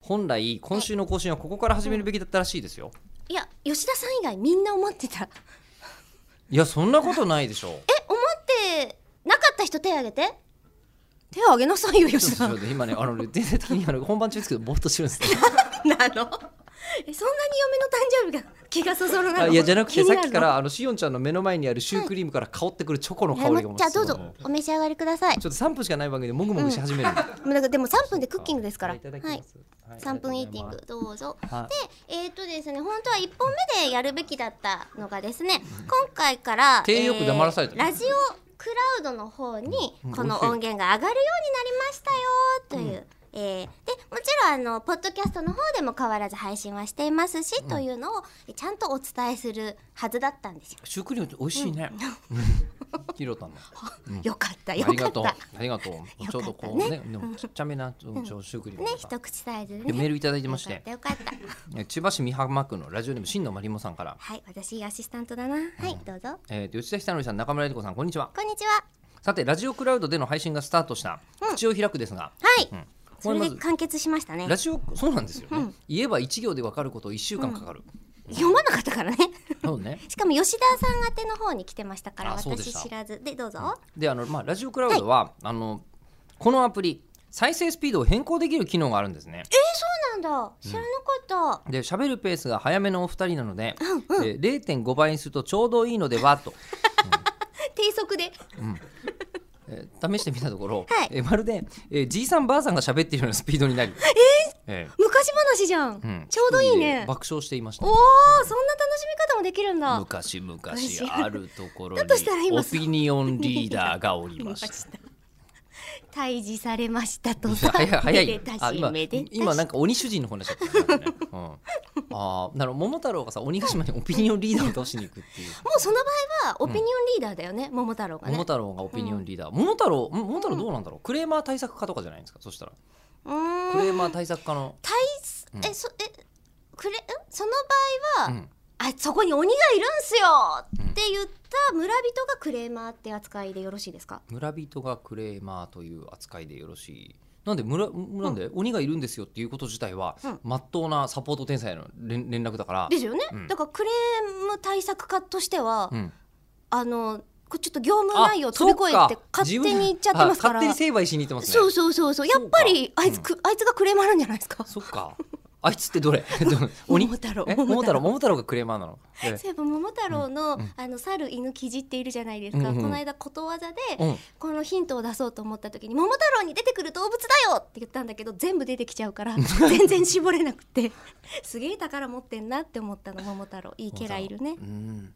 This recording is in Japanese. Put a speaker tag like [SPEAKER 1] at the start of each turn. [SPEAKER 1] 本来今週の更新はここから始めるべきだったらしいですよ
[SPEAKER 2] いや吉田さん以外みんな思ってた
[SPEAKER 1] いやそんなことないでしょう
[SPEAKER 2] え思ってなかった人手挙げて手を挙げなさいよ吉田
[SPEAKER 1] ちょ
[SPEAKER 2] さ
[SPEAKER 1] っ
[SPEAKER 2] ん
[SPEAKER 1] とちょっと今ねあの全体的にあの本番中 ですけどぼーっとしてるんですね
[SPEAKER 2] な のえそんなに嫁の誕生日が気がそそるな
[SPEAKER 1] あ
[SPEAKER 2] の
[SPEAKER 1] いやじゃなくてさっきか
[SPEAKER 2] あ
[SPEAKER 1] らあのしおんちゃんの目の前にあるシュークリームから香ってくるチョコの香りがも
[SPEAKER 2] のじゃあどう
[SPEAKER 1] すごい
[SPEAKER 2] ぞお召し上がりください
[SPEAKER 1] ちょっと3分しかない番組でもぐもぐし始めるんで、
[SPEAKER 2] もうなんかでも3分でクッキングですから
[SPEAKER 1] いただき
[SPEAKER 2] は
[SPEAKER 1] ま
[SPEAKER 2] い
[SPEAKER 1] す
[SPEAKER 2] 3分イーティングどうぞ
[SPEAKER 1] は
[SPEAKER 2] でえっ、とですね本当は1本目でやるべきだったのがですね今回から
[SPEAKER 1] 手よく黙らされた
[SPEAKER 2] えーラジオクラウドの方にこの音源が上がるようになりましたよという、えーでもちろんあのポッドキャストの方でも変わらず配信はしていますし、というのをちゃんとお伝えするはずだったんですよ。
[SPEAKER 1] シュークリームって美味しいね、 ひろたの
[SPEAKER 2] よかったよ
[SPEAKER 1] あ
[SPEAKER 2] か
[SPEAKER 1] りが
[SPEAKER 2] っ
[SPEAKER 1] とう
[SPEAKER 2] た
[SPEAKER 1] あ。りがとうちょうどこうねでもちっちゃめなちょシュークリーム
[SPEAKER 2] ね
[SPEAKER 1] が、
[SPEAKER 2] 一口サイズで
[SPEAKER 1] で
[SPEAKER 2] ね。
[SPEAKER 1] メールいただいてま
[SPEAKER 2] よ
[SPEAKER 1] し
[SPEAKER 2] かってたよかった。
[SPEAKER 1] え千葉市美浜区のラジオネーム真野まりもさんから、
[SPEAKER 2] はい私アシスタントだな。はいどうぞ。
[SPEAKER 1] えーと吉田ひさのりさん中村江里子さんこんにちは
[SPEAKER 2] こんにちは。
[SPEAKER 1] さてラジオクラウドでの配信がスタートした、口を開くですが
[SPEAKER 2] はい、
[SPEAKER 1] ん
[SPEAKER 2] それで完結しましたね
[SPEAKER 1] ラ。ジオそうなんですよね、言えば一行でわかることを1週間かかる、
[SPEAKER 2] 読まなかったからね。
[SPEAKER 1] そうね
[SPEAKER 2] しかも吉田さん宛ての方に来てましたから
[SPEAKER 1] あそうで
[SPEAKER 2] 私
[SPEAKER 1] した
[SPEAKER 2] 知らずでどうぞ。
[SPEAKER 1] であの、まあ、ラジオクラウドは、あのこのアプリ再生スピードを変更できる機能があるんですね
[SPEAKER 2] そうなんだ知らなかっ
[SPEAKER 1] で喋るペースが早めのお二人なので、えー0.5倍にするとちょうどいいのではと、
[SPEAKER 2] た、低速で
[SPEAKER 1] えー試してみたところ、
[SPEAKER 2] はい
[SPEAKER 1] えーまるで、えーじいさんばあさんが喋っているようなスピードになり、えー
[SPEAKER 2] 昔話じゃ
[SPEAKER 1] う
[SPEAKER 2] ん、
[SPEAKER 1] ん
[SPEAKER 2] ちょうどいい
[SPEAKER 1] 一人で
[SPEAKER 2] ね
[SPEAKER 1] 爆笑していました
[SPEAKER 2] おおそんな楽しみ方もできるんだ
[SPEAKER 1] 昔々
[SPEAKER 2] 昔
[SPEAKER 1] あるところに
[SPEAKER 2] だとしたら今
[SPEAKER 1] オピニオンリーダーがおり
[SPEAKER 2] 見
[SPEAKER 1] ま
[SPEAKER 2] ま
[SPEAKER 1] し
[SPEAKER 2] した た退治されましたと
[SPEAKER 1] いや
[SPEAKER 2] さ
[SPEAKER 1] 早い早
[SPEAKER 2] めで
[SPEAKER 1] い
[SPEAKER 2] たし
[SPEAKER 1] あ今
[SPEAKER 2] めでたし
[SPEAKER 1] 今なんか鬼主人の話だったね、うん、ああなるほど桃太郎がさ鬼ヶ島にオピニオンリーダーを倒しに行くっていう
[SPEAKER 2] もうその場合はオピニオンリーダーだよね、桃太郎が
[SPEAKER 1] 桃
[SPEAKER 2] ね
[SPEAKER 1] 太郎がオピニオンリーダー、桃太郎ん桃太郎どうなんだろう、クレーマー対策課とかじゃないんですかそしたら
[SPEAKER 2] うーん
[SPEAKER 1] クレーマー対策課の、
[SPEAKER 2] 退治えそえくれんその場合は、
[SPEAKER 1] うん
[SPEAKER 2] あそこに鬼がいるんすよって言った村人がクレーマーって扱いでよろしいですか
[SPEAKER 1] 村人がクレーマーという扱いでよろしいなんで村なんで、鬼がいるんですよっていうこと自体は
[SPEAKER 2] うん
[SPEAKER 1] ま、っとうなサポート天才の連連絡だから
[SPEAKER 2] ですよね、
[SPEAKER 1] うん
[SPEAKER 2] だからクレーム対策課としては、
[SPEAKER 1] うん、
[SPEAKER 2] あのこちょっと業務内容飛び越えて勝手に行っちゃってますから
[SPEAKER 1] あ勝手に成敗しに行ってますね
[SPEAKER 2] そうそうそうそうやっぱりあいつく、あいつがクレーマーなんじゃないですか
[SPEAKER 1] そっかあいつってどれ鬼
[SPEAKER 2] 桃太郎
[SPEAKER 1] え桃太郎桃太郎がクレーマーなのえ
[SPEAKER 2] そういえば桃太郎の、あの猿犬キジっているじゃないですか、
[SPEAKER 1] うんうん
[SPEAKER 2] この間ことわざで、
[SPEAKER 1] うん
[SPEAKER 2] このヒントを出そうと思った時に「桃太郎に出てくる動物だよ!」って言ったんだけど全部出てきちゃうから全然絞れなくてすげえ宝持ってんなって思ったの桃太郎いいキャラいるね
[SPEAKER 1] うん